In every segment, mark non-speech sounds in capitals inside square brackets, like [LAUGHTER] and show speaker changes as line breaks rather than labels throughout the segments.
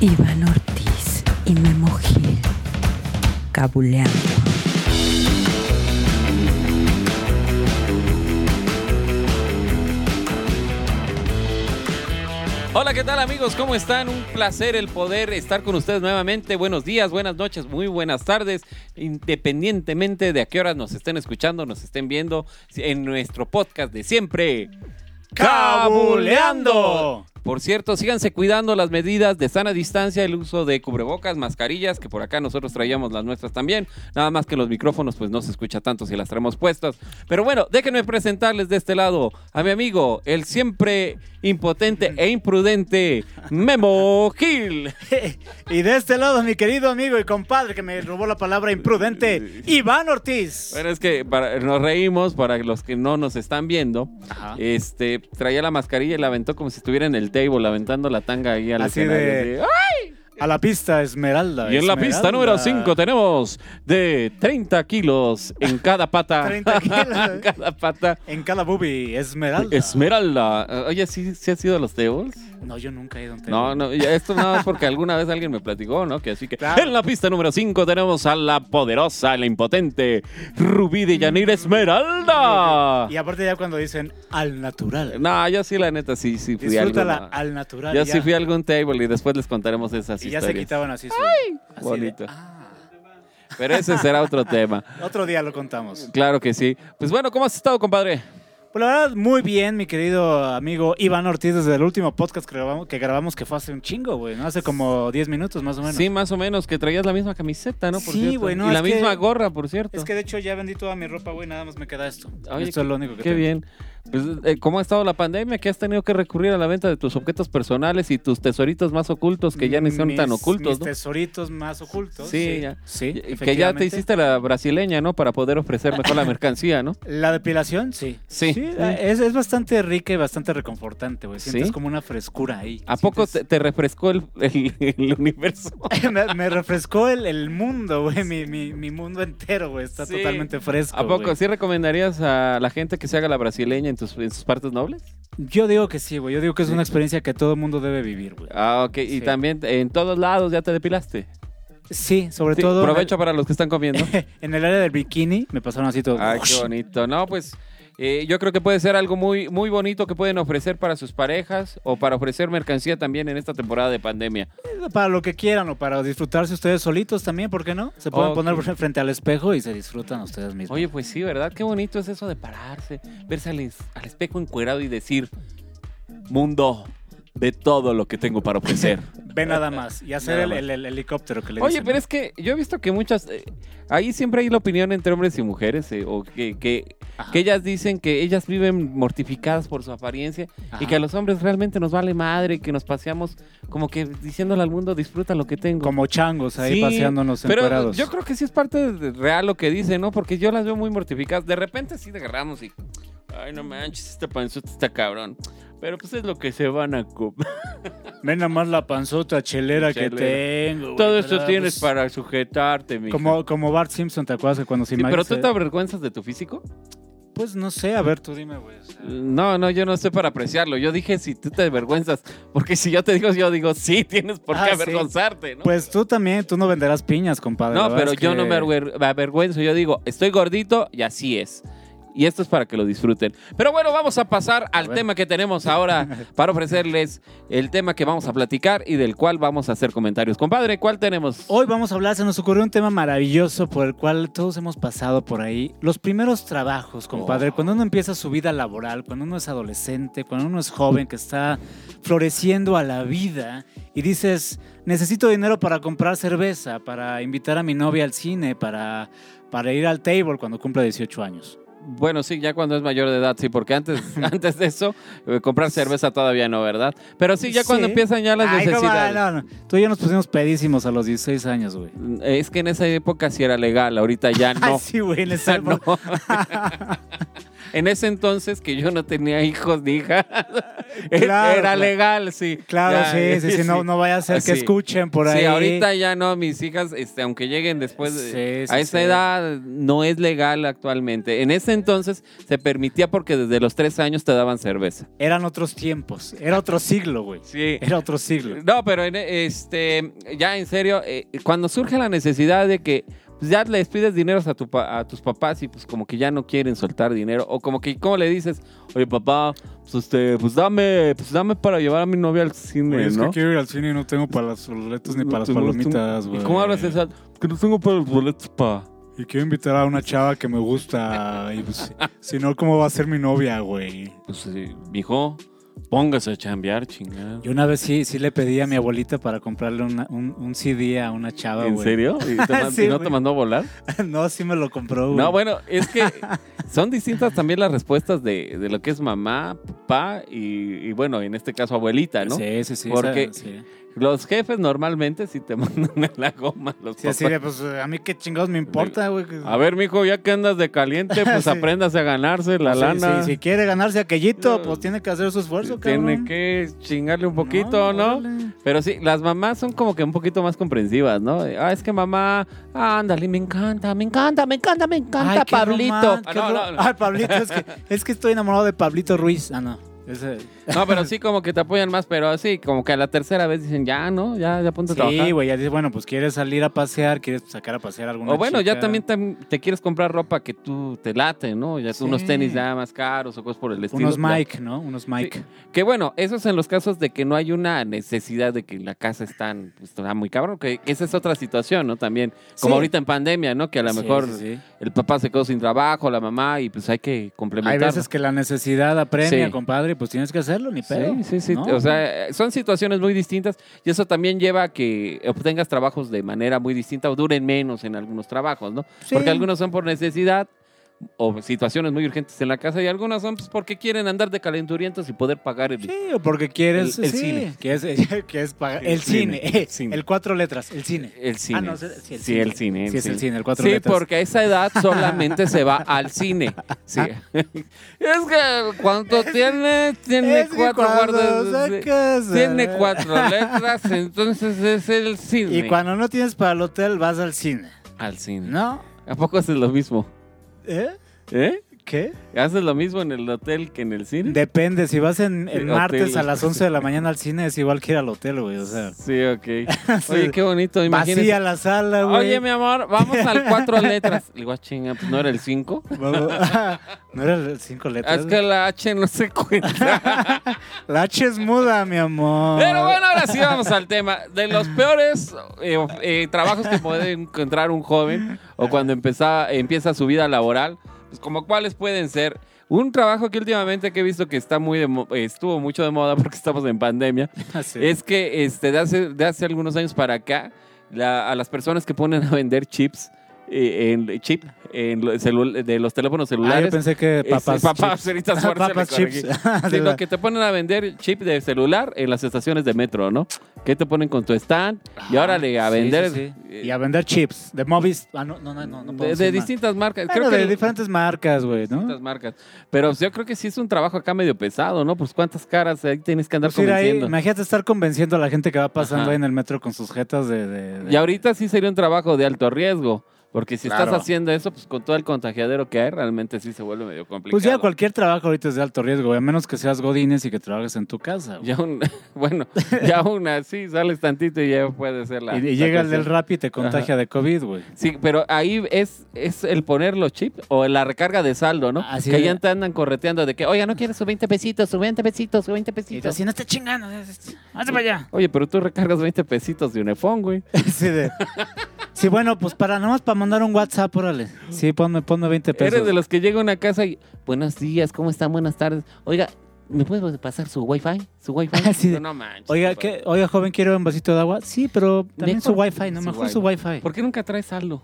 Iván Ortiz y Memo Gil cabuleando.
Hola, ¿qué tal amigos? ¿Cómo están? Un placer el poder estar con ustedes nuevamente. Buenos días, buenas noches, muy buenas tardes. Independientemente de a qué horas nos estén escuchando, nos estén viendo en nuestro podcast de siempre.
¡Cabuleando!
Por cierto, síganse cuidando las medidas de sana distancia, el uso de cubrebocas, mascarillas, que por acá nosotros traíamos las nuestras también. Nada más que los micrófonos, pues no se escucha tanto si las traemos puestas. Pero bueno, déjenme presentarles de este lado a mi amigo, el siempre impotente e imprudente Memo Gil.
[LAUGHS] Y de este lado, mi querido amigo y compadre que me robó la palabra imprudente, Iván Ortiz.
Bueno, es que para- nos reímos para los que no nos están viendo.
Ajá.
Este traía la mascarilla y la aventó como si estuviera en el table, aventando la tanga ahí al
Así
escenario,
de-
así, ¡ah!
A la pista Esmeralda.
Y en la
Esmeralda.
pista número 5 tenemos de 30 kilos en cada
[LAUGHS]
pata.
30 kilos.
[LAUGHS] en cada pata.
En cada boobie, Esmeralda.
Esmeralda. Eh, Oye, ¿sí, sí has sido a los tables?
No, yo nunca he ido a un table.
No, no, ya esto nada más porque alguna vez alguien me platicó, ¿no? Que así que
Claro.
en la pista número 5 tenemos a la poderosa, la impotente Rubí de Yanir Esmeralda.
Y aparte ya cuando dicen al natural.
No, yo sí, la neta, sí, sí fui a
Disfrútala
alguna-
al natural.
Yo
ya.
sí fui a algún table y después les contaremos esas
Y ya
historias.
se quitaban así su... así de,
Bonito.
"Ah".
Pero ese será otro tema.
Otro día lo contamos.
Claro que sí. Pues bueno, ¿cómo has estado, compadre?
Pues la verdad, muy bien, mi querido amigo Iván Ortiz, desde el último podcast que grabamos, que, grabamos, que fue hace un chingo, güey, ¿no? Hace como 10 minutos más o menos.
Sí, más o menos, que traías la misma camiseta, ¿no? Por
Sí,
cierto.
güey, no,
Y la
es que-
misma gorra, por cierto.
Es que de hecho ya vendí toda mi ropa, güey, nada más me queda esto.
Oye,
esto es lo único que
Qué
tengo.
bien. Pues, eh, ¿Cómo ha estado la pandemia? Que has tenido que recurrir a la venta de tus objetos personales y tus tesoritos más ocultos que ya ni son tan
Mis-
ocultos,
Mis
¿no?
tesoritos más ocultos.
Sí, ya.
Sí,
Y- Que ya te
efectivamente.
hiciste la brasileña, ¿no? Para poder ofrecer mejor la mercancía, ¿no?
La depilación, sí. eh,
Sí. Sí.
Es, es bastante rica y bastante reconfortante, güey. Sientes
¿Sí?
como una frescura ahí.
¿A
[LAUGHS]
poco te,
Sientes-
te refrescó el, el- el universo?
me, me refrescó el, el mundo, güey. Mi, mi- mi mundo entero, güey. Está
Sí.
totalmente fresco.
¿A poco
güey.
sí recomendarías a la gente que se haga la brasileña en, tus- en sus partes nobles?
Yo digo que sí, güey. Yo digo que es una experiencia que todo mundo debe vivir, güey.
Ah, ok. Y
Sí.
también en todos lados ya te depilaste.
Sí, sobre
Sí,
todo. en el-
provecho para los que están [LAUGHS] comiendo.
[LAUGHS] En el área del bikini me pasaron así todo.
Ay, qué bonito. No, pues eh, yo creo que puede ser algo muy, muy bonito que pueden ofrecer para sus parejas o para ofrecer mercancía también en esta temporada de pandemia.
Para lo que quieran o para disfrutarse ustedes solitos también, ¿por qué no? Se pueden
Ok.
poner frente al espejo y se disfrutan ustedes mismos.
Oye, pues sí, ¿verdad? Qué bonito es eso de pararse, verse al, es- al espejo encuerado y decir, mundo, de todo lo que tengo para [LAUGHS] ofrecer.
Ve nada más y hacer
eh, Nada más.
el, el- el helicóptero que le
Oye,
dicen,
pero
¿no?
es que yo he visto que muchas... eh, ahí siempre hay la opinión entre hombres y mujeres, eh, o que, que,
Ajá.
que ellas dicen que ellas viven mortificadas por su apariencia
Ajá.
y que a los hombres realmente nos vale madre, que nos paseamos como que diciéndole al mundo disfruta lo que tengo.
Como changos ahí
Sí,
paseándonos
Pero
encuerados.
yo creo que sí es parte de- real lo que dice, ¿no? Porque yo las veo muy mortificadas. De repente sí te agarramos y... Ay, no manches, este panzuta está cabrón. Pero pues es lo que se van a comer.
Ven nada más la panzota chelera, que
Chelera.
tengo.
[LAUGHS]
güey,
Todo esto
¿verdad?
tienes
Pues,
para sujetarte, mi
Como, como Bart Simpson, ¿te acuerdas que cuando
Sí,
se
pero tú
imagina-
te avergüenzas de tu físico?
Pues no sé, a ver, tú dime, güey. o sea.
No, no, yo no estoy para apreciarlo. Yo dije si tú te avergüenzas, porque si yo te digo, yo digo sí, tienes por qué
Ah, sí.
avergonzarte, ¿no?
Pues tú también, tú no venderás piñas, compadre. la
no,
verdad
pero
es
yo
que-
no me avergüer- me avergüenzo. Yo digo, estoy gordito y así es. Y esto es para que lo disfruten. Pero bueno, vamos a pasar al
ver.
tema que tenemos ahora
[LAUGHS]
para ofrecerles el tema que vamos a platicar y del cual vamos a hacer comentarios. Compadre, ¿cuál tenemos?
Hoy vamos a hablar, se nos ocurrió un tema maravilloso por el cual todos hemos pasado por ahí. Los primeros trabajos, compadre.
Oh.
Cuando uno empieza su vida laboral, cuando uno es adolescente, cuando uno es joven, que está floreciendo a la vida y dices, necesito dinero para comprar cerveza, para invitar a mi novia al cine, para, para ir al table cuando cumpla 18 años.
Bueno, sí, ya cuando es mayor de edad, sí, porque
[LAUGHS]
antes, antes de eso, eh, comprar cerveza todavía no, ¿verdad? Pero sí, ya cuando
Sí.
empiezan ya las
Ay, no,
necesidades.
no, no. Tú y yo nos pusimos pedísimos a los 16 años, güey.
Es
[LAUGHS] Ah,
que en esa época sí era legal, ahorita ya
Ay,
[LAUGHS]
[LAUGHS]
no.
sí, güey, en
Ya
esa época.
no. en ese entonces que yo no tenía hijos ni
[LAUGHS]
hijas, era
Claro, claro.
legal, sí.
Claro,
Ya,
sí, sí, sí,
[LAUGHS]
No, no vaya a ser que
Sí.
escuchen por ahí.
Sí, ahorita ya no, mis hijas, este, aunque lleguen después, de-
Sí, sí,
a esa
sí.
edad no es legal actualmente. En ese entonces se permitía porque desde los tres años te daban cerveza.
Eran otros tiempos. Era otro siglo, güey.
Sí.
Era otro siglo.
No, pero en, este, ya en serio, eh, cuando surge la necesidad de que pues, ya les pides dinero a, tu pa- a tus papás y pues como que ya no quieren soltar dinero, o como que, ¿cómo le dices? Oye, papá, pues, este, pues dame, pues dame para llevar a mi novia al cine,
Güey, es
¿no? Pues,
que quiero ir al cine y no tengo para las boletos ni
No
para las
tengo-
palomitas,
¿Y
güey.
cómo hablas eso? Que no tengo para los boletos, pa.
Y quiero invitar a una chava que me gusta. Y pues, si no, ¿cómo va a ser mi novia, güey?
Pues sí, mijo, póngase a chambear, chingada.
Yo una vez sí, sí le pedí a mi abuelita para comprarle una- un, un CD a una
ah,
chava, güey.
¿En serio? ¿Y
[LAUGHS]
te man-
Sí,
¿No te
güey.
mandó a volar?
[LAUGHS] no, sí me lo compró, güey.
No, bueno, es que son distintas también las respuestas de, de lo que es mamá, papá y, y bueno, en este caso abuelita, ¿no?
Sí, sí, sí.
Porque-
esa- sí.
Los jefes normalmente sí te [LAUGHS] mandan a la goma los
Sí,
papás.
así de, pues a mí qué chingados me importa, güey. que-
A ver, mijo, ya que andas de
[LAUGHS]
caliente, pues
Sí.
apréndase a ganarse la
Sí,
lana.
sí, si quiere ganarse aquellito,
No.
pues tiene que hacer su esfuerzo, cabrón.
Tiene que chingarle un poquito, ¿no?
órale.
Pero sí, las mamás son como que un poquito más comprensivas, ¿no? De, Ah, es que mamá, ándale, me encanta, me encanta, me encanta, me encanta,
Ay, qué
Pablito.
román-
Ah,
qué
no,
ro-
no, no.
Ay, Pablito, es que, es que estoy enamorado de Pablito Ruiz. Ah, no. Ese-
No, pero sí como que te apoyan más, pero sí, como que a la tercera vez dicen, ya, ¿no? Ya, ya ponte a
Sí,
trabajar.
güey, ya dice, bueno, pues quieres salir a pasear, quieres sacar a pasear a alguna
O bueno, ya
chica.
también te, te quieres comprar ropa que tú te late, ¿no? Ya tú unos
Sí.
tenis ya más caros o cosas por el estilo.
Unos
Ya.
Mike, ¿no? Unos Mike.
Que bueno, eso es en los casos de que no hay una necesidad de que la casa está, está muy cabrón, que que esa es otra situación, ¿no? También, como
Sí.
ahorita en pandemia, ¿no? Que a lo
Sí,
mejor
sí, sí.
el papá se quedó sin trabajo, la mamá, y pues hay que
Hay
complementar.
veces que la necesidad apremia,
Sí.
compadre, pues tienes que hacerlo, ni pedo.
Sí, sí, sí.
¿no?
O sea, eh, son situaciones muy distintas y eso también lleva a que obtengas trabajos de manera muy distinta o duren menos en algunos trabajos, ¿no?
Sí.
Porque algunos son por necesidad o situaciones muy urgentes en la casa y algunos son pues, porque quieren andar de calenturientos y poder pagar el...
Sí, o porque quieres
El- el
sí,
cine.
[LAUGHS] Quieres, quieres pagar- el,
El
cine,
cine,
eh,
el cine.
[LAUGHS] el cuatro letras, el cine.
el cine.
Ah, no, sí,
sí,
el
el cine.
Sí, es el cine, el cuatro
Sí,
letras.
porque a esa
[LAUGHS]
edad solamente se va al cine.
Ah.
Sí. [LAUGHS] es que cuando tiene, tiene
Es que
cuatro
cuando
guardas-
sacas-
Tiene cuatro letras, entonces es el cine.
Y cuando no tienes para el hotel, vas al cine,
Al cine.
¿no?
¿A poco haces lo mismo?
¿Eh?
¿Eh?
¿Qué?
¿Haces lo mismo en el hotel que en el cine?
Depende, si vas en el
El
martes
hotel.
a las 11 de la mañana al cine, es igual que ir al hotel, güey, o sea.
Sí,
[LAUGHS]
ok. [LAUGHS] Oye, qué bonito,
Vacía
imagínate.
la sala, güey.
Oye, mi
[LAUGHS]
amor, vamos al cuatro letras. Le digo, "Ah, chinga, pues, ¿no era el cinco?
Vamos- [LAUGHS] No era el cinco
Ah,
letras.
Es que la H no se
[LAUGHS]
cuenta.
La H es muda, mi amor.
Pero
[LAUGHS]
bueno, ahora sí vamos al tema. De los peores eh, eh, trabajos que puede encontrar un joven o cuando empezaba- empieza su vida laboral, pues como cuáles pueden ser. Un trabajo que últimamente que he visto que está muy de mo- eh, estuvo mucho de moda porque estamos en pandemia,
Ah, Sí.
es que este, de, hace, de hace algunos años para acá, la- a las personas que ponen a vender chips, eh, en, chip en lo- celu- de los teléfonos
Ah,
celulares,
yo pensé que
es- [LAUGHS]
papas.
papas,
chips. Ah,
ahorita Suárez se
Papas
le
chips.
[LAUGHS]
[LAUGHS] De
Digo
la-
que te ponen a vender chip de celular en las estaciones de metro, ¿no? Que te ponen con tu stand y órale a
Ah, Sí, sí,
vender
sí.
eh,
Y a vender chips. De Movies. Ah, no, no, no, no. no puedo
de, de
decir nada.
distintas marcas.
Bueno,
creo que
de diferentes marcas, güey, ¿no?
distintas marcas. Pero yo creo que sí es un trabajo acá medio pesado, ¿no? Pues cuántas caras ahí tienes que andar
Pues ir ahí,
convenciendo.
imagínate estar convenciendo a la gente que va pasando
Ajá.
ahí en el metro con sus jetas de. de- de-
Y ahorita sí sería un trabajo de alto riesgo. Porque si
Claro.
estás haciendo eso, pues con todo el contagiadero que hay, realmente sí se vuelve medio complicado.
Pues ya cualquier trabajo ahorita es de alto riesgo, güey, a menos que seas Godines y que trabajes en tu casa. güey.
Ya un- [LAUGHS] bueno, ya aún así sales tantito y ya puede ser la.
y, y
la
llega el
cuestión.
del rap y te contagia de COVID, güey.
Sí, pero ahí es, es el poner los chips o la recarga de saldo, ¿no?
Así
que
es.
ya te andan correteando de que, oiga, no quieres sus 20 pesitos, sus 20 pesitos, sus 20
Y tú
pesitos.
así, no estés chingando. hazte para allá.
Oye, pero tú recargas 20 pesitos de Unifón, güey.
[LAUGHS] Sí, de- sí, bueno, pues para nomás para mandar un WhatsApp, órale. Sí, ponme, ponme 20 pesos.
Eres de los que llega a una casa y, buenos días, ¿cómo están? Buenas tardes. Oiga, ¿me puedes pasar su wifi? ¿Su
[LAUGHS]
wifi?
Así de-
No, no manches.
Ah, Oiga,
compadre.
¿qué? Oiga, joven, quiero un vasito de agua. Sí, pero también
Mejor-
su wifi, no
su
mejor su wifi.
¿Por qué nunca traes saldo?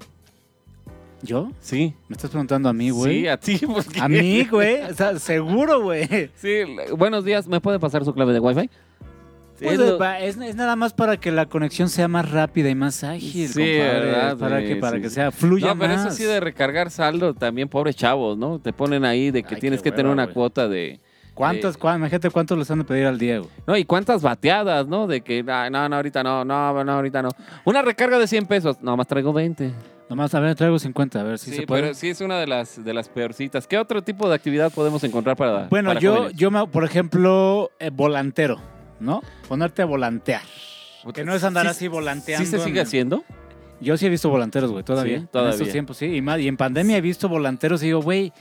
¿Yo?
Sí.
Me estás preguntando a mí, güey.
Sí, a ti. [LAUGHS] porque-
a mí, güey. O sea, seguro, güey.
Sí, buenos días, ¿me puede pasar su clave de wifi?
Pues,
Es lo-
pa- es, es nada más para que la conexión sea más rápida y más ágil.
Sí,
compadre,
¿verdad?
Para
Sí,
que, para
sí,
que
sí.
sea fluya
No, pero
más.
eso sí de recargar saldo también, pobres chavos, ¿no? Te ponen ahí de que
Ay,
tienes
qué
que tener
hueva,
una
güey.
cuota de...
¿Cuántos, cuá- imagínate cuántos les han de pedir al Diego.
No, y cuántas bateadas, ¿no? De que, "Ay, no, no, ahorita no, no, no, ahorita no. Una recarga de 100 pesos, no, más traigo 20.
Nomás, a ver, traigo 50, a ver si
Sí,
se puede.
pero sí es una de las, de las peorcitas. ¿Qué otro tipo de actividad podemos encontrar para
Bueno,
para
yo,
jóvenes?
yo me, por ejemplo, eh, volantero, ¿no? Ponerte a volantear. Que no es andar
Sí-
así volanteando.
¿Sí se sigue
en-
haciendo?
Yo sí he visto volanteros, güey, todavía.
Sí, todavía.
En estos tiempos, sí. Y, más, y en pandemia he visto volanteros y digo, güey,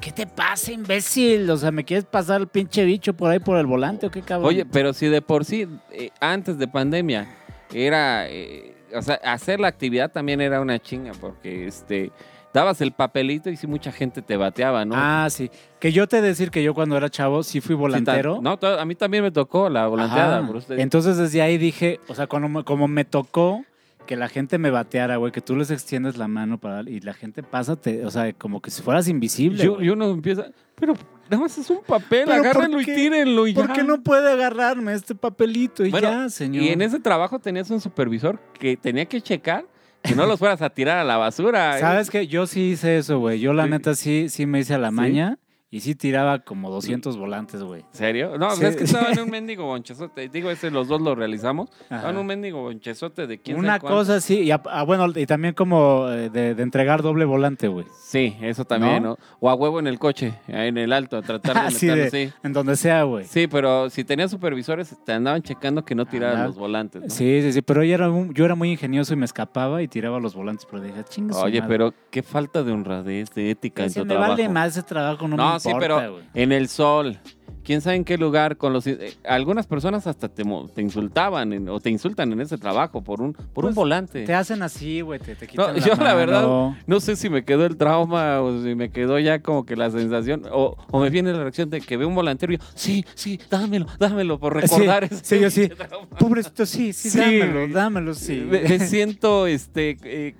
¿qué te pasa, imbécil? O sea, ¿me quieres pasar el pinche bicho por ahí por el volante o qué cabrón?
Oye, pero si de por sí, eh, antes de pandemia, era. eh, o sea, hacer la actividad también era una chinga, porque este. Dabas el papelito y si mucha gente te bateaba, ¿no?
Ah, sí. Que yo te decir que yo cuando era chavo sí fui
Sí, tan-
volantero.
no, to- a mí también me tocó la volanteada,
Ajá.
por usted.
Entonces desde ahí dije, o sea, cuando me- como me tocó que la gente me bateara, güey, que tú les extiendes la mano para y la gente pasa, te- o sea, como que si fueras invisible.
yo,
güey.
yo uno empieza. Pero nada más es un papel,
¿Pero por
agárrenlo y
qué?
tírenlo y
¿Por
ya".
qué no puede agarrarme este papelito y
Bueno,
ya, señor?
Y en ese trabajo tenías un supervisor que tenía que checar que no los fueras a tirar a la basura.
[LAUGHS] ¿Sabes qué? Yo sí hice eso, güey. Yo la
Sí.
neta sí, sí me hice a la
¿Sí?
maña y sí tiraba como 200 volantes, güey.
¿En serio? No,
Sí.
pues es que estaba
[LAUGHS]
en un mendigo bonchezote. Digo, ese los dos lo realizamos.
Ajá.
Estaba en un mendigo bonchezote de Ah, quién sabe
Una
cuánto.
cosa sí, y a- ah, bueno, y también como eh, de, de entregar doble volante, güey.
Sí, eso también.
¿No?
¿no? O a huevo en el coche, ahí en el alto, a tratar de
[LAUGHS] Así
meterlo,
de-
sí.
en donde sea, güey.
Sí, pero si tenías supervisores, te andaban checando que no tiraran
Ajá.
los volantes. ¿no?
Sí, sí, sí, pero yo era, un- yo era muy ingenioso y me escapaba y tiraba los volantes, pero dije, "Ah, chingas.
Oye, pero qué falta de honradez, de ética en tu
Si me
trabajo.
vale más ese trabajo, no, me
No, sí,
importa,
pero
güey.
en el sol. Quién sabe en qué lugar con los eh, algunas personas hasta te, mo- te insultaban en- o te insultan en ese trabajo por un por un
Pues,
volante.
Te hacen así, güey, te, te quitan
yo, la
mano.
verdad, No sé si me quedó el trauma o si me quedó ya como que la sensación o, o me viene la reacción de que veo un volantero y yo, sí, sí, dámelo, dámelo por recordar
Sí,
ese
sí, yo sí.
trauma.
Pobrecito, sí, sí,
Sí,
dámelo,
güey. [LAUGHS]
dámelo, sí.
Me, me siento este eh,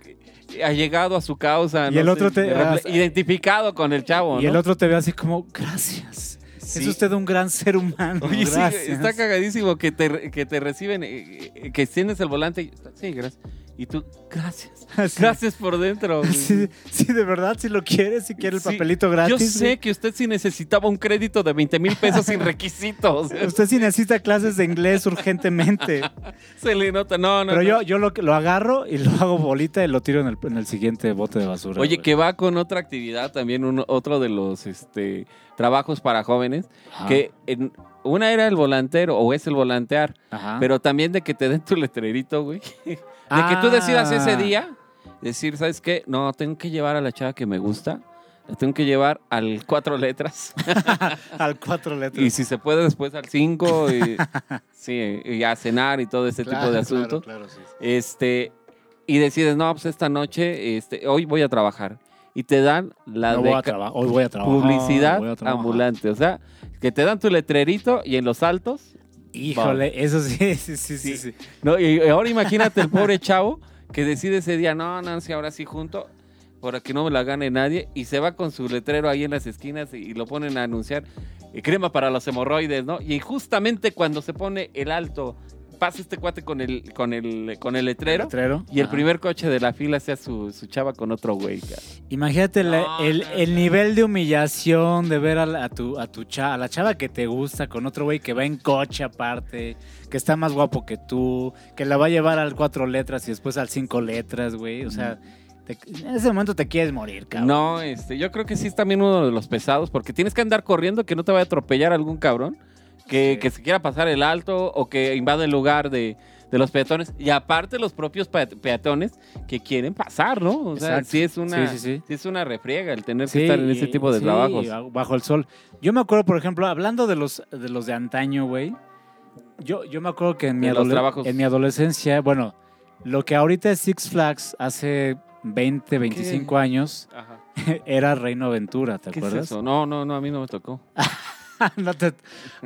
allegado a su causa.
Y
no
el
sé,
otro te-
repre-
ah,
identificado con el chavo,
Y el
¿no?
otro te ve así como, gracias. Es
Sí.
usted un gran ser [LAUGHS] humano.
Oye, sí,
gracias.
está cagadísimo que te, re- que te reciben, eh, eh, que extiendes el volante. y- Sí, gracias. Y tú, gracias.
[LAUGHS] Así.
Gracias por dentro. güey.
Sí, sí, de verdad, si lo quieres, si quiere el
Sí,
papelito gratis.
Yo sé que usted sí necesitaba un crédito de 20 mil pesos sin requisitos.
güey. Usted [LAUGHS] sí necesita clases de
[LAUGHS]
inglés urgentemente.
Se le nota. No, no.
Pero
no.
yo, yo lo, que- lo agarro y lo hago bolita y lo tiro en el, en el siguiente bote de basura.
Oye,
güey.
que va con otra actividad también, uno- otro de los este, trabajos para jóvenes,
Ajá,
que en- una era el volantero o es el volantear,
ajá.
pero también de que te den tu letrerito, güey. [LAUGHS] De que tú
Ah.
decidas ese día, decir, ¿sabes qué? No, tengo que llevar a la chava que me gusta, la tengo que llevar al cuatro letras.
Al [LAUGHS] cuatro letras.
y si se puede después al cinco,
[LAUGHS]
y, sí, y a cenar y todo ese tipo de asuntos. Este, y decides, no, pues esta noche, este, hoy voy a trabajar. Y te dan la
No
de
voy a traba- hoy voy a trabajar.
publicidad
voy a trabajar.
ambulante. O sea, que te dan tu letrerito y en los altos.
Híjole, eso sí, [LAUGHS] sí, sí, sí. sí.
No, y ahora imagínate el pobre chavo que decide ese día, no, Nancy, ahora sí junto, para que no me la gane nadie, y se va con su letrero ahí en las esquinas y, y lo ponen a anunciar eh, crema para los hemorroides, ¿no? Y justamente cuando se pone el alto, pasa este cuate con el, con el, con el letrero.
Letrero.
Y el
Ajá.
primer coche de la fila sea su, su chava con otro güey. cara.
Imagínate la-
No,
el,
no,
el nivel de humillación de ver a, la- a tu, a tu chava, a la chava que te gusta con otro güey que va en coche aparte, que está más guapo que tú, que la va a llevar al cuatro letras y después al cinco letras, güey. O sea, te- en ese momento te quieres morir, cabrón.
No, este, yo creo que sí es también uno de los pesados, porque tienes que andar corriendo que no te vaya a atropellar algún cabrón, que,
Sí.
que se quiera pasar el alto o que invade el lugar de, de los peatones. Y aparte los propios pe- peatones que quieren pasar, ¿no? O sea,
Exacto.
sí es una,
Sí, sí, sí.
sí es una refriega el tener
Sí,
que estar en ese tipo de
sí,
trabajos.
Bajo el sol. Yo me acuerdo, por ejemplo, hablando de los de, los de antaño, güey. Yo, yo me acuerdo que en mi,
De los
adole-
trabajos.
en mi adolescencia, bueno, lo que ahorita es Six Flags hace 20, 25 años [LAUGHS]
Ajá.
era Reino Aventura, ¿te
¿Qué
acuerdas?
es eso? No, no, no, a mí no me tocó.
[LAUGHS] No te-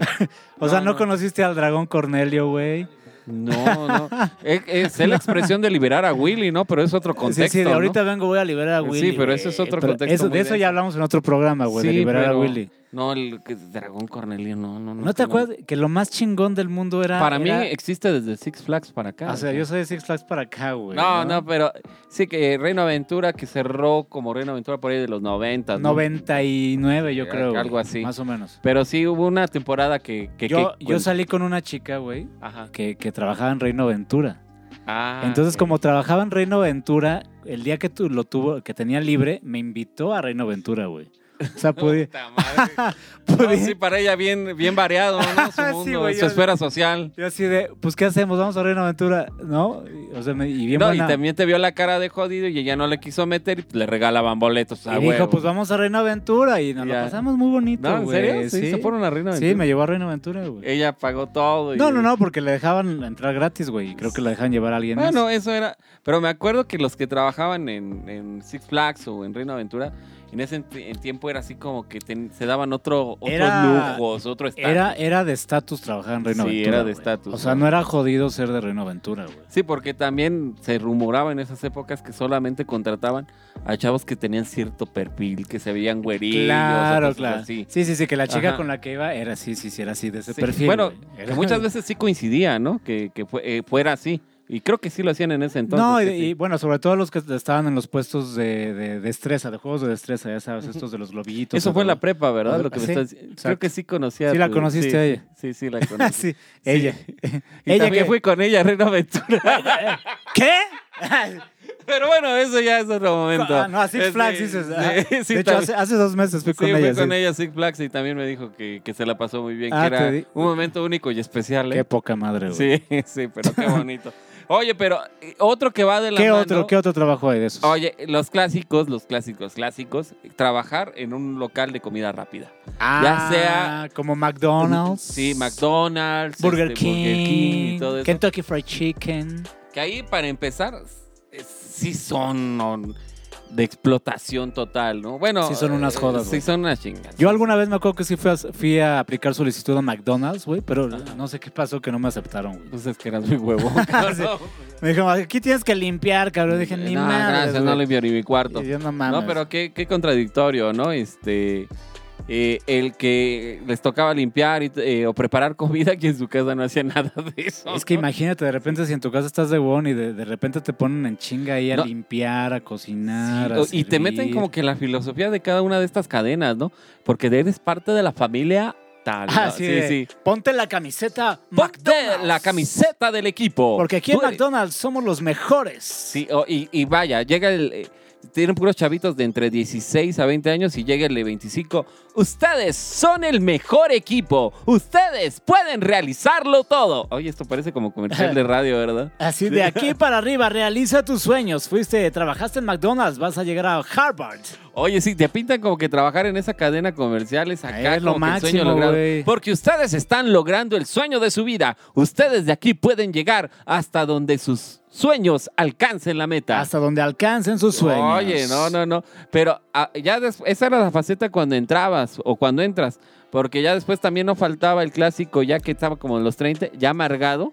[LAUGHS] o sea,
No,
no,
no.
conociste al dragón Cornelio, güey.
No, no. [LAUGHS] es, es la expresión de liberar a Willy, ¿no? Pero es otro contexto.
Sí, sí, de
¿no?
ahorita vengo, voy a liberar a
Sí,
Willy.
pero eso es
güey.
otro
Pero
contexto
eso-
muy
de eso
denso.
ya hablamos en otro programa, güey, de
Sí,
liberar a
pero-
Willy.
No, el que- Dragón Cornelio, no, no, no.
¿No te
no.
acuerdas que lo más chingón del mundo era.
Para mí
era-
existe desde Six Flags para acá.
O sea, yo soy de Six Flags para acá, güey.
No, no, pues, pero sí que Reino Aventura que cerró como Reino Aventura por ahí de los 90. ¿no?
99, yo
Eh,
creo. güey,
algo así.
Más o menos.
Pero sí hubo una temporada que. que-
Yo,
que-
yo salí con una chica, güey,
Ajá.
que, que trabajaba en Reino Aventura.
Ah,
Entonces,
ok.
como trabajaba en Reino Aventura, el día que tú lo tuvo, que tenía libre, me invitó a Reino Aventura, güey. O
[LAUGHS]
sea, pude.
Puta madre.
[LAUGHS] pude-
No, sí, para ella bien, bien variado,
[LAUGHS]
¿no? Su
Sí,
mundo,
güey,
su
yo-
esfera social.
Yo así de, pues, ¿qué hacemos? Vamos a Reino Aventura, ¿no? Y- O sea, me- y bien
No, y
buena.
también te vio la cara de jodido y ella no le quiso meter y le regalaban boletos.
Y
a
dijo,
ah, huevo.
pues vamos a Reino Aventura y nos
Ya.
lo pasamos muy bonito,
No, ¿en
güey.
serio? Sí, se fueron a Reino Aventura.
Sí, me llevó a Reino Aventura, güey.
Ella pagó todo. y-
No, no, no, porque le dejaban entrar gratis, güey. y Creo que la dejaban llevar a alguien más.
Bueno, eso era. Pero me acuerdo que los que trabajaban en, en Six Flags o en Reino Aventura, en ese ent- en tiempo era así como que ten- se daban otro, otros
Era-
lujos, otro estatus.
Era, era de estatus trabajar en Reino
Sí,
Aventura.
era de
güey.
estatus,
O sea,
¿no?
no era jodido ser de Reino Aventura, güey.
Sí, porque también se rumoraba en esas épocas que solamente contrataban a chavos que tenían cierto perfil, que se veían güerillos. o
Claro,
cosas
claro.
así.
Sí, sí, sí, que la chica
Ajá.
con la que iba era así, sí, sí, era así, de ese
Sí,
perfil.
Bueno,
güey.
que
Era-
muchas veces sí coincidía, ¿no? Que, que fue- eh, fuera así. Y creo que sí lo hacían en ese entonces.
[LAUGHS] no, y,
sí, sí.
y, bueno, sobre todo los que estaban en los puestos de, de destreza, de juegos de destreza, ya sabes, estos de los globitos.
Eso fue en la
[LAUGHS] prensa.
prepa, ¿verdad?
Ajá,
Lo que me
Ah, sí,
estás- Creo
exacto.
que sí conocía.
Sí la
tu-
conociste
sí,
a ella.
Sí, sí, la conocí.
Ah, [LAUGHS] sí, ella.
[LAUGHS] Y
ella
también
que
fui con ella a Reino Aventura. [LAUGHS]
¿Qué?
Pero bueno, eso ya es otro momento.
Ah, no, a Six
Sí,
Flags dices.
sí, [LAUGHS]
ajá.
sí,
de hecho,
también.
hace, hace dos meses fui
Sí,
con ella.
fui con
sí.
ella a Six Flags y también me dijo que, que se la pasó muy bien,
Ah,
que
te
era
di-
un momento único y especial. ¿eh?
Qué poca madre, güey.
Sí, [LAUGHS] sí, pero qué bonito. Oye, pero eh, otro que va de la
¿Qué
mano-
otro, ¿Qué otro trabajo hay de esos?
Oye, los clásicos, los clásicos, clásicos, trabajar en un local de comida rápida.
Ah,
ya sea-
Como McDonald's.
Sí, McDonald's,
Burger,
este,
King,
y todo eso.
Kentucky Fried Chicken.
Que ahí, para empezar, es- sí son no, de explotación total, ¿no? Bueno,
Sí son unas
eh,
jodas,
Sí
güey.
son unas chingas.
Yo alguna vez me acuerdo que sí fui a, fui a aplicar solicitud a McDonald's, güey, pero
Ah.
no sé qué pasó que no me aceptaron, güey.
Pues es que eras muy
[LAUGHS]
huevo. [LAUGHS]
Sí. Me dijeron, aquí tienes que limpiar, cabrón. Dije, ni
no,
madres,
gracias,
güey".
no limpio ni mi cuarto.
Y yo, no mames.
No, pero qué, qué contradictorio, ¿no? Este, eh, el que les tocaba limpiar y, eh, o preparar comida, que en su casa no hacía nada de eso.
Es que
¿no?
imagínate, de repente si en tu casa estás de bon y de, de repente te ponen en chinga ahí a
No.
limpiar, a cocinar,
Sí,
a
o- y te meten
servir.
como que la filosofía de cada una de estas cadenas, ¿no? Porque eres parte de la familia tal. ¿no?
Ah, sí, de, Ponte la camiseta
Ponte
McDonald's.
la camiseta del equipo.
Porque aquí en
Oh, Tú eres-
McDonald's somos los mejores.
Sí, o- y, y vaya, llega el. eh, tienen puros chavitos de entre 16 a 20 años y llega el de 25. Ustedes son el mejor equipo. Ustedes pueden realizarlo todo. Oye, esto parece como comercial
[LAUGHS]
de radio, ¿verdad?
Así de aquí para arriba, realiza tus sueños. Fuiste, trabajaste en McDonald's, vas a llegar a Harvard.
Oye, sí, te pintan como que trabajar en esa cadena comercial es acá
Es lo
como que el sueño
máximo,
logrado.
güey.
Porque ustedes están logrando el sueño de su vida. Ustedes de aquí pueden llegar hasta donde sus sueños alcancen la meta.
Hasta donde alcancen sus sueños.
Oye, no, no, no. Pero ah, ya des- esa era la faceta cuando entrabas o cuando entras. Porque ya después también no faltaba el clásico, ya que estaba como en los 30, ya amargado,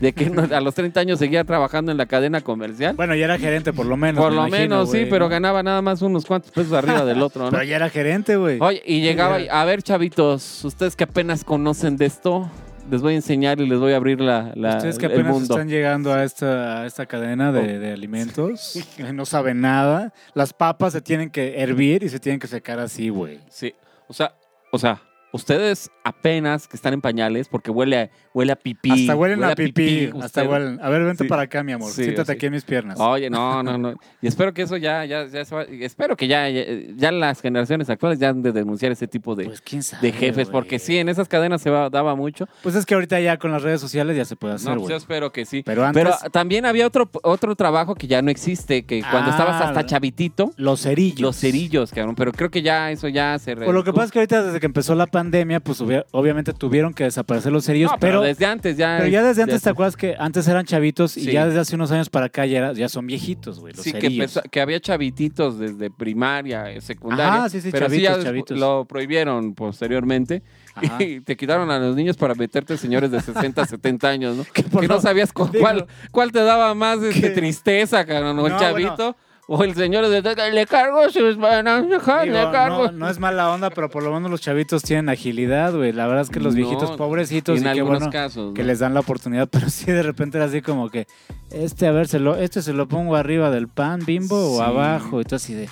de que no- a los 30 años seguía trabajando en la cadena comercial.
Bueno, ya era gerente por lo menos.
Por
me
lo
imagino,
menos, sí,
güey,
pero
¿no?
ganaba nada más unos cuantos pesos arriba del otro, ¿no?
Pero ya era gerente, güey.
Oye, y llegaba,
ya.
y, a ver, chavitos, ustedes que apenas conocen de esto, les voy a enseñar y les voy a abrir la, la-
Ustedes que
el
apenas
mundo. Oh.
están llegando a esta, a esta cadena de,
[LAUGHS]
de alimentos, que no saben nada. Las papas se tienen que hervir y se tienen que secar así, güey.
Sí, o sea, o sea, ustedes apenas que están en pañales porque huele a, huele a pipí.
Hasta huelen a pipí. hasta
ustedes.
huelen. A ver, vente
Sí.
para acá, mi amor.
Sí, sí.
Siéntate aquí en mis piernas.
Oye, no, no, no. Y espero que eso ya, ya, ya se va- espero que ya, ya, ya las generaciones actuales ya han de denunciar ese tipo de,
Pues quién sabe.
de jefes, porque
güey.
sí, en esas cadenas se va- daba mucho.
Pues es que ahorita ya con las redes sociales ya se puede hacer,
No, pues
güey.
yo espero que sí.
pero antes,
Pero también había otro, otro trabajo que ya no existe, que cuando
Ah,
estabas hasta chavitito,
los cerillos.
los cerillos, cabrón. Pero creo que ya eso ya se
Pues lo que
redujo.
pasa es que ahorita desde que empezó la pandemia, pues obvia- obviamente tuvieron que desaparecer los cerillos,
No, pero,
pero, pero,
desde antes ya.
ya desde antes, ¿te
ya-
acuerdas que antes eran chavitos y
Sí.
ya desde hace unos años para acá ya, era- ya son viejitos, güey, los
Sí, que,
cerillos?
empezó- que había chavititos desde primaria, eh, secundaria.
Ajá, Ah, sí, sí,
pero
chavitos,
ya
chavitos.
lo prohibieron posteriormente [LAUGHS]
Ajá.
y te quitaron a los niños para meterte señores de
[LAUGHS]
60, 70 años, ¿no?
Que
Que
por
no
lo-
sabías cu-
digo-
cuál, cuál te daba más este,
Que-
tristeza, cabrón, o el
No,
chavito. O el señor de le cargo sus bananas,
Digo,
le cargo.
no, no es mala onda, pero por lo menos los chavitos tienen agilidad, güey. La verdad es que los
No,
viejitos pobrecitos
en
y qué
algunos
bueno
casos,
que
¿no?
les dan la oportunidad, [LAUGHS] pero sí de repente era así como que este a ver se lo este se lo pongo arriba del pan bimbo
Sí.
o abajo y tú así de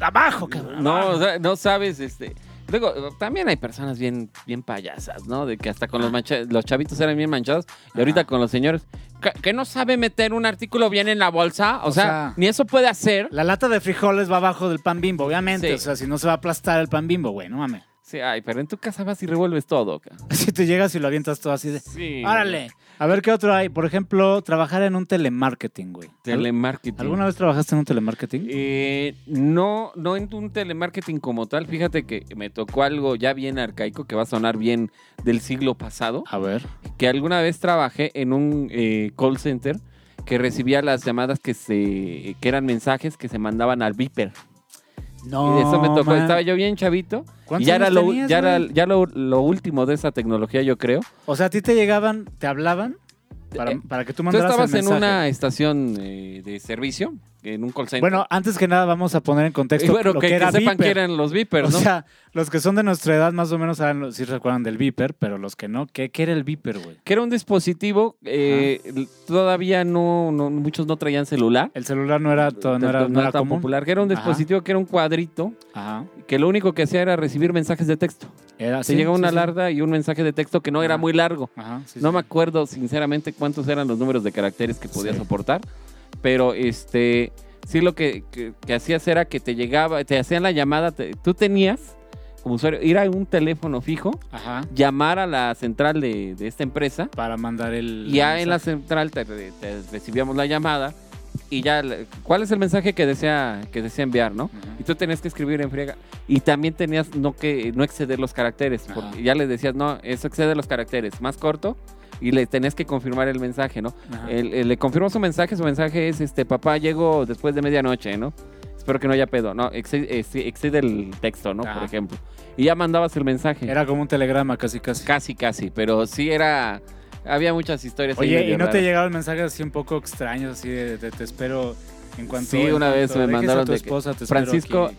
abajo, cabrón.
No, o
abajo".
sea, no sabes, este. Luego, también hay personas bien, bien payasas, ¿no? De que hasta con los mancha- los chavitos eran bien manchados. Y ahorita con los señores. Que, que no sabe meter un artículo bien en la bolsa. O,
O
sea,
sea,
ni eso puede hacer.
la lata de frijoles va abajo del pan bimbo, obviamente,
Sí.
o sea, si no se va a aplastar el pan bimbo, güey, no mames. [LAUGHS]
Sí, ay, pero en tu casa vas y revuelves todo. ca-
Así te llegas y lo avientas todo así de
Sí.
Árale. A ver qué otro hay. Por ejemplo, trabajar en un telemarketing, güey.
Telemarketing.
¿Alguna vez trabajaste en un telemarketing?
Eh, no, no en un telemarketing como tal. Fíjate que me tocó algo ya bien arcaico que va a sonar bien del siglo pasado.
A ver.
Que alguna vez trabajé en un eh, call center que recibía las llamadas que se que eran mensajes que se mandaban al Viper.
No.
y eso me tocó.
man.
Estaba yo bien chavito. Y
Oh, ¿Cuántos
ya era,
años
lo,
tenías,
ya era
güey?
ya lo- lo último de esa tecnología, yo creo.
O sea, a ti te llegaban, te hablaban para,
Eh,
para que tú
Tú
mandaras
estabas
el
en
mensaje.
una estación eh, de servicio, en un call center.
Bueno, antes que nada vamos a poner en
Y
contexto
bueno,
lo
que,
que, era
que sepan
Viper.
que eran los Vipers,
o
¿no?
sea, los que son de nuestra edad más o menos saben, si recuerdan del Viper, pero los que no, ¿qué, qué era el Viper, güey?
que era un dispositivo, eh, l- todavía no, no- muchos no traían celular.
El celular no era, to- no era, no era
tan
común.
popular, que era un
Ajá.
dispositivo que era un cuadrito,
Ajá.
que lo único que hacía era recibir mensajes de texto.
Era,
Se
sí,
llegaba
sí,
una
sí.
larda y un mensaje de texto que no era
Ajá.
muy largo.
Ajá, sí,
no
sí.
me acuerdo sinceramente cuántos eran los números de caracteres que podía
Sí.
soportar, pero este sí lo que, que- que hacías era que te llegaba, te hacían la llamada, te- tú tenías como usuario ir a un teléfono fijo,
Ajá.
llamar a la central de- de esta empresa
Para mandar el.
Y ya en la
mensaje.
central te, te recibíamos la llamada y ya, le- ¿cuál es el mensaje que desea, que desea enviar, no?
Ajá.
Y tú tenías que escribir en friega. Y también tenías no que no exceder los caracteres. Porque
Ajá.
ya le decías, no, eso excede los caracteres, más corto. Y le tenías que confirmar el mensaje, ¿no?
Ajá.
El- el- le confirmo su mensaje, su mensaje es, este, papá, llego después de medianoche, ¿no? Espero que no haya pedo. No, excede, excede- excede el texto, ¿no? Por
Ajá.
ejemplo. Y ya mandabas el mensaje.
Era como un telegrama casi casi.
Casi, casi. Pero sí era... Había muchas historias. ahí
Oye,
medio
¿y no te
raras.
llegaban mensajes así un poco extraños, así de, de- te espero en cuanto
Sí,
en
una
cuanto
vez me
dejes
mandaron
a tu
de que,
esposa, te espero
Francisco,
aquí"?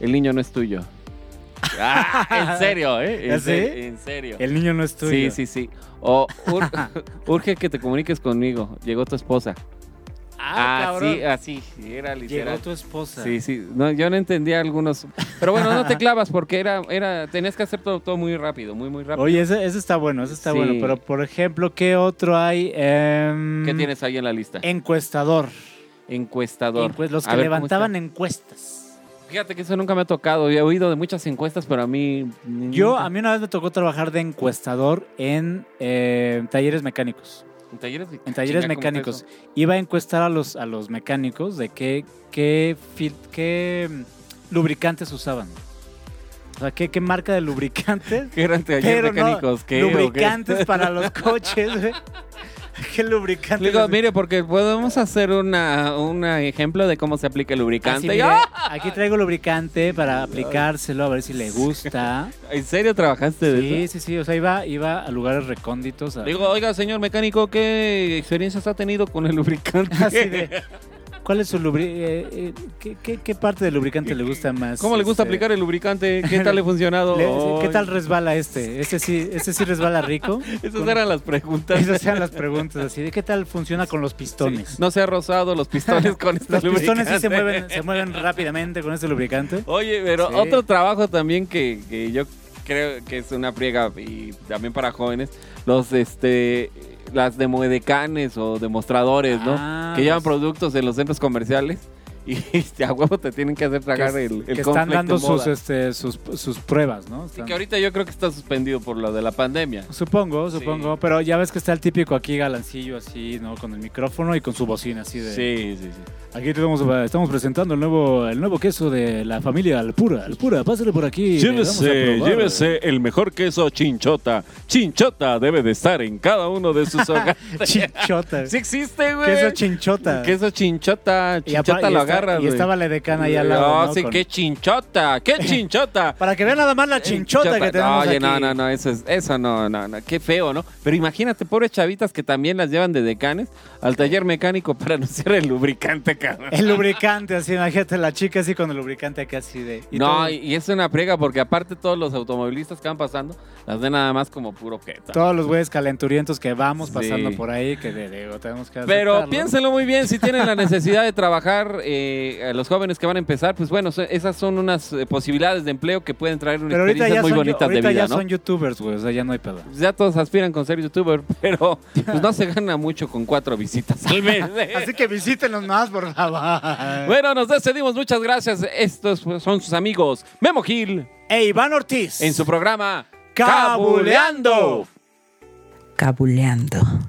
El niño no es tuyo.
[LAUGHS]
Ah, en serio, ¿eh?
¿Ya
En, se-
sí?
en serio.
El niño no es tuyo.
Sí, sí, sí. O
[LAUGHS]
ur- urge que te comuniques conmigo. Llegó tu esposa.
Ah,
Ah,
cabrón.
sí, así. Era
Llegó
literal.
tu esposa.
Sí, sí. No, yo no entendía algunos. Pero bueno,
[LAUGHS]
no te clavas porque era, era, tenías que hacer todo, todo muy rápido, muy, muy rápido.
Oye, ese, ese está bueno, ese está
Sí.
bueno. Pero, por ejemplo, ¿qué otro hay? Em,
¿Qué tienes ahí en la lista?
Encuestador.
Encuestador.
Encuest- eh, pues, los
A
que
ver, ¿cómo
levantaban encuestas.
está? Fíjate que eso nunca me ha tocado. He oído de muchas encuestas, pero a mí.
Yo,
nunca.
a mí una vez me tocó trabajar de encuestador en eh, talleres mecánicos.
En talleres,
En talleres
Chinga, ¿cómo está
mecánicos.
eso?
Iba a encuestar a los, a los mecánicos de qué, qué, fil- qué mm, lubricantes usaban. O sea, qué, qué marca de lubricantes.
¿Qué eran [LAUGHS] talleres
Pero no,
mecánicos? ¿Qué? ¿O qué?
lubricantes
[LAUGHS]
para los coches, güey. ¿Qué lubricantes?
Le digo,
les-
mire, porque podemos hacer una, un ejemplo de cómo se aplica el
Así,
lubricante.
mire,
¡Ah! [LAUGHS]
aquí traigo lubricante para aplicárselo a ver si le gusta.
¿En serio trabajaste [LAUGHS] de
Sí,
eso?
sí, sí. O sea, iba, iba a lugares recónditos. a-
Le digo, oiga, señor mecánico, ¿qué experiencias ha tenido con el lubricante?
[LAUGHS] [LAUGHS] Así de, ¿Cuál es su lubricante? ¿qué, qué, qué parte del lubricante le gusta más?
¿Cómo le gusta
Este,
aplicar el lubricante? ¿Qué
[LAUGHS]
tal le ha funcionado?
Le-
Ay,
¿Qué tal resbala este? ¿Este sí, este sí
[LAUGHS]
resbala rico?
Esas eran las preguntas.
Esas eran las preguntas, así de qué tal funciona con los pistones.
No se ha rozado los
[LAUGHS]
pistones con este
Los
lubricante.
pistones sí se mueven, se mueven rápidamente con este lubricante.
Oye, pero
Sí.
otro trabajo también que, que yo creo que es una friega y también para jóvenes, los este las demodecanes o demostradores, ¿no?
Ah,
que llevan
los-
productos en los centros comerciales y [LAUGHS] este, a huevo te tienen que hacer tragar
que,
el, el
que
cornflakes
están
de
dando
moda.
sus, este, sus, sus pruebas, ¿no?
Sí,
Están-
que ahorita yo creo que está suspendido por lo de la pandemia.
Supongo,
Sí.
supongo, pero ya ves que está el típico aquí galancillo así, ¿no? Con el micrófono y con su bocina así de...
Sí, sí, sí.
Aquí tenemos, estamos presentando el nuevo, el nuevo queso de la familia Alpura. Alpura, pásale por aquí. le vamos a
Llévese,
probar.
llévese el mejor queso chinchota. Chinchota debe de estar en cada uno de
[LAUGHS]
sus hogares.
Chinchota.
Sí existe, güey.
queso chinchota.
Queso chinchota.
Y apa-
Chinchota
y
lo
está
agarras,
Y
güey.
estaba la decana ahí al lado.
No,
¿no?
sí,
Con-
qué chinchota,
[LAUGHS]
qué chinchota.
Para que vean nada más la chinchota que tenemos
Oye,
aquí.
no, no, no, eso es, eso no, no, no, qué feo, ¿no? Pero imagínate, pobres chavitas que también las llevan de decanes al taller mecánico para [LAUGHS] anunciar el lubricante, cabrón.
El lubricante, así, imagínate la chica así con el lubricante acá así de. y
no,
todo-
y- y es una prega porque aparte todos los automovilistas que van pasando las ven nada más como puro queta.
Todos los güeyes calenturientos que vamos
Sí.
pasando por ahí, que de, digo, tenemos que
Pero
aceptarlo.
piénsenlo muy bien, si tienen la necesidad de trabajar, eh, a los jóvenes que van a empezar, pues bueno, so- esas son unas eh, posibilidades de empleo que pueden traer una
Pero ahorita
experiencia
ya,
muy
son,
bonita de
ahorita
vida,
ya
¿no? Pues
son youtubers, güey, o sea, ya no hay pedo.
Ya todos aspiran con ser youtuber, [LAUGHS] pero pues, no se gana mucho con cuatro visitas al mes. ¿eh?
Así que visítenos más, por favor.
Bueno, nos despedimos, muchas gracias. Estos pues, son sus amigos Memo Gil
E Iván Ortiz.
en su programa
Cabuleando.
Cabuleando.